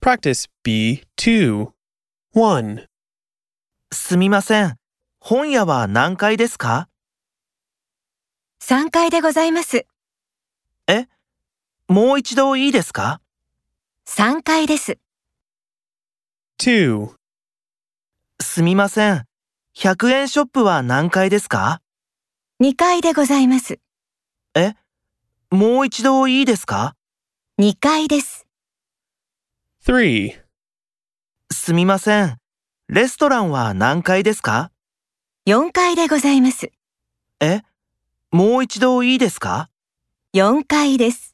Practice B2 1. すみません。本屋は何階ですか3階でございます。もう一度いいですか3階です。 2. すみません。100円ショップは何階ですか2階でございます。もう一度いいですか2階です。 3. すみません。レストランは何階ですか4階でございます。もう一度いいですか4階です。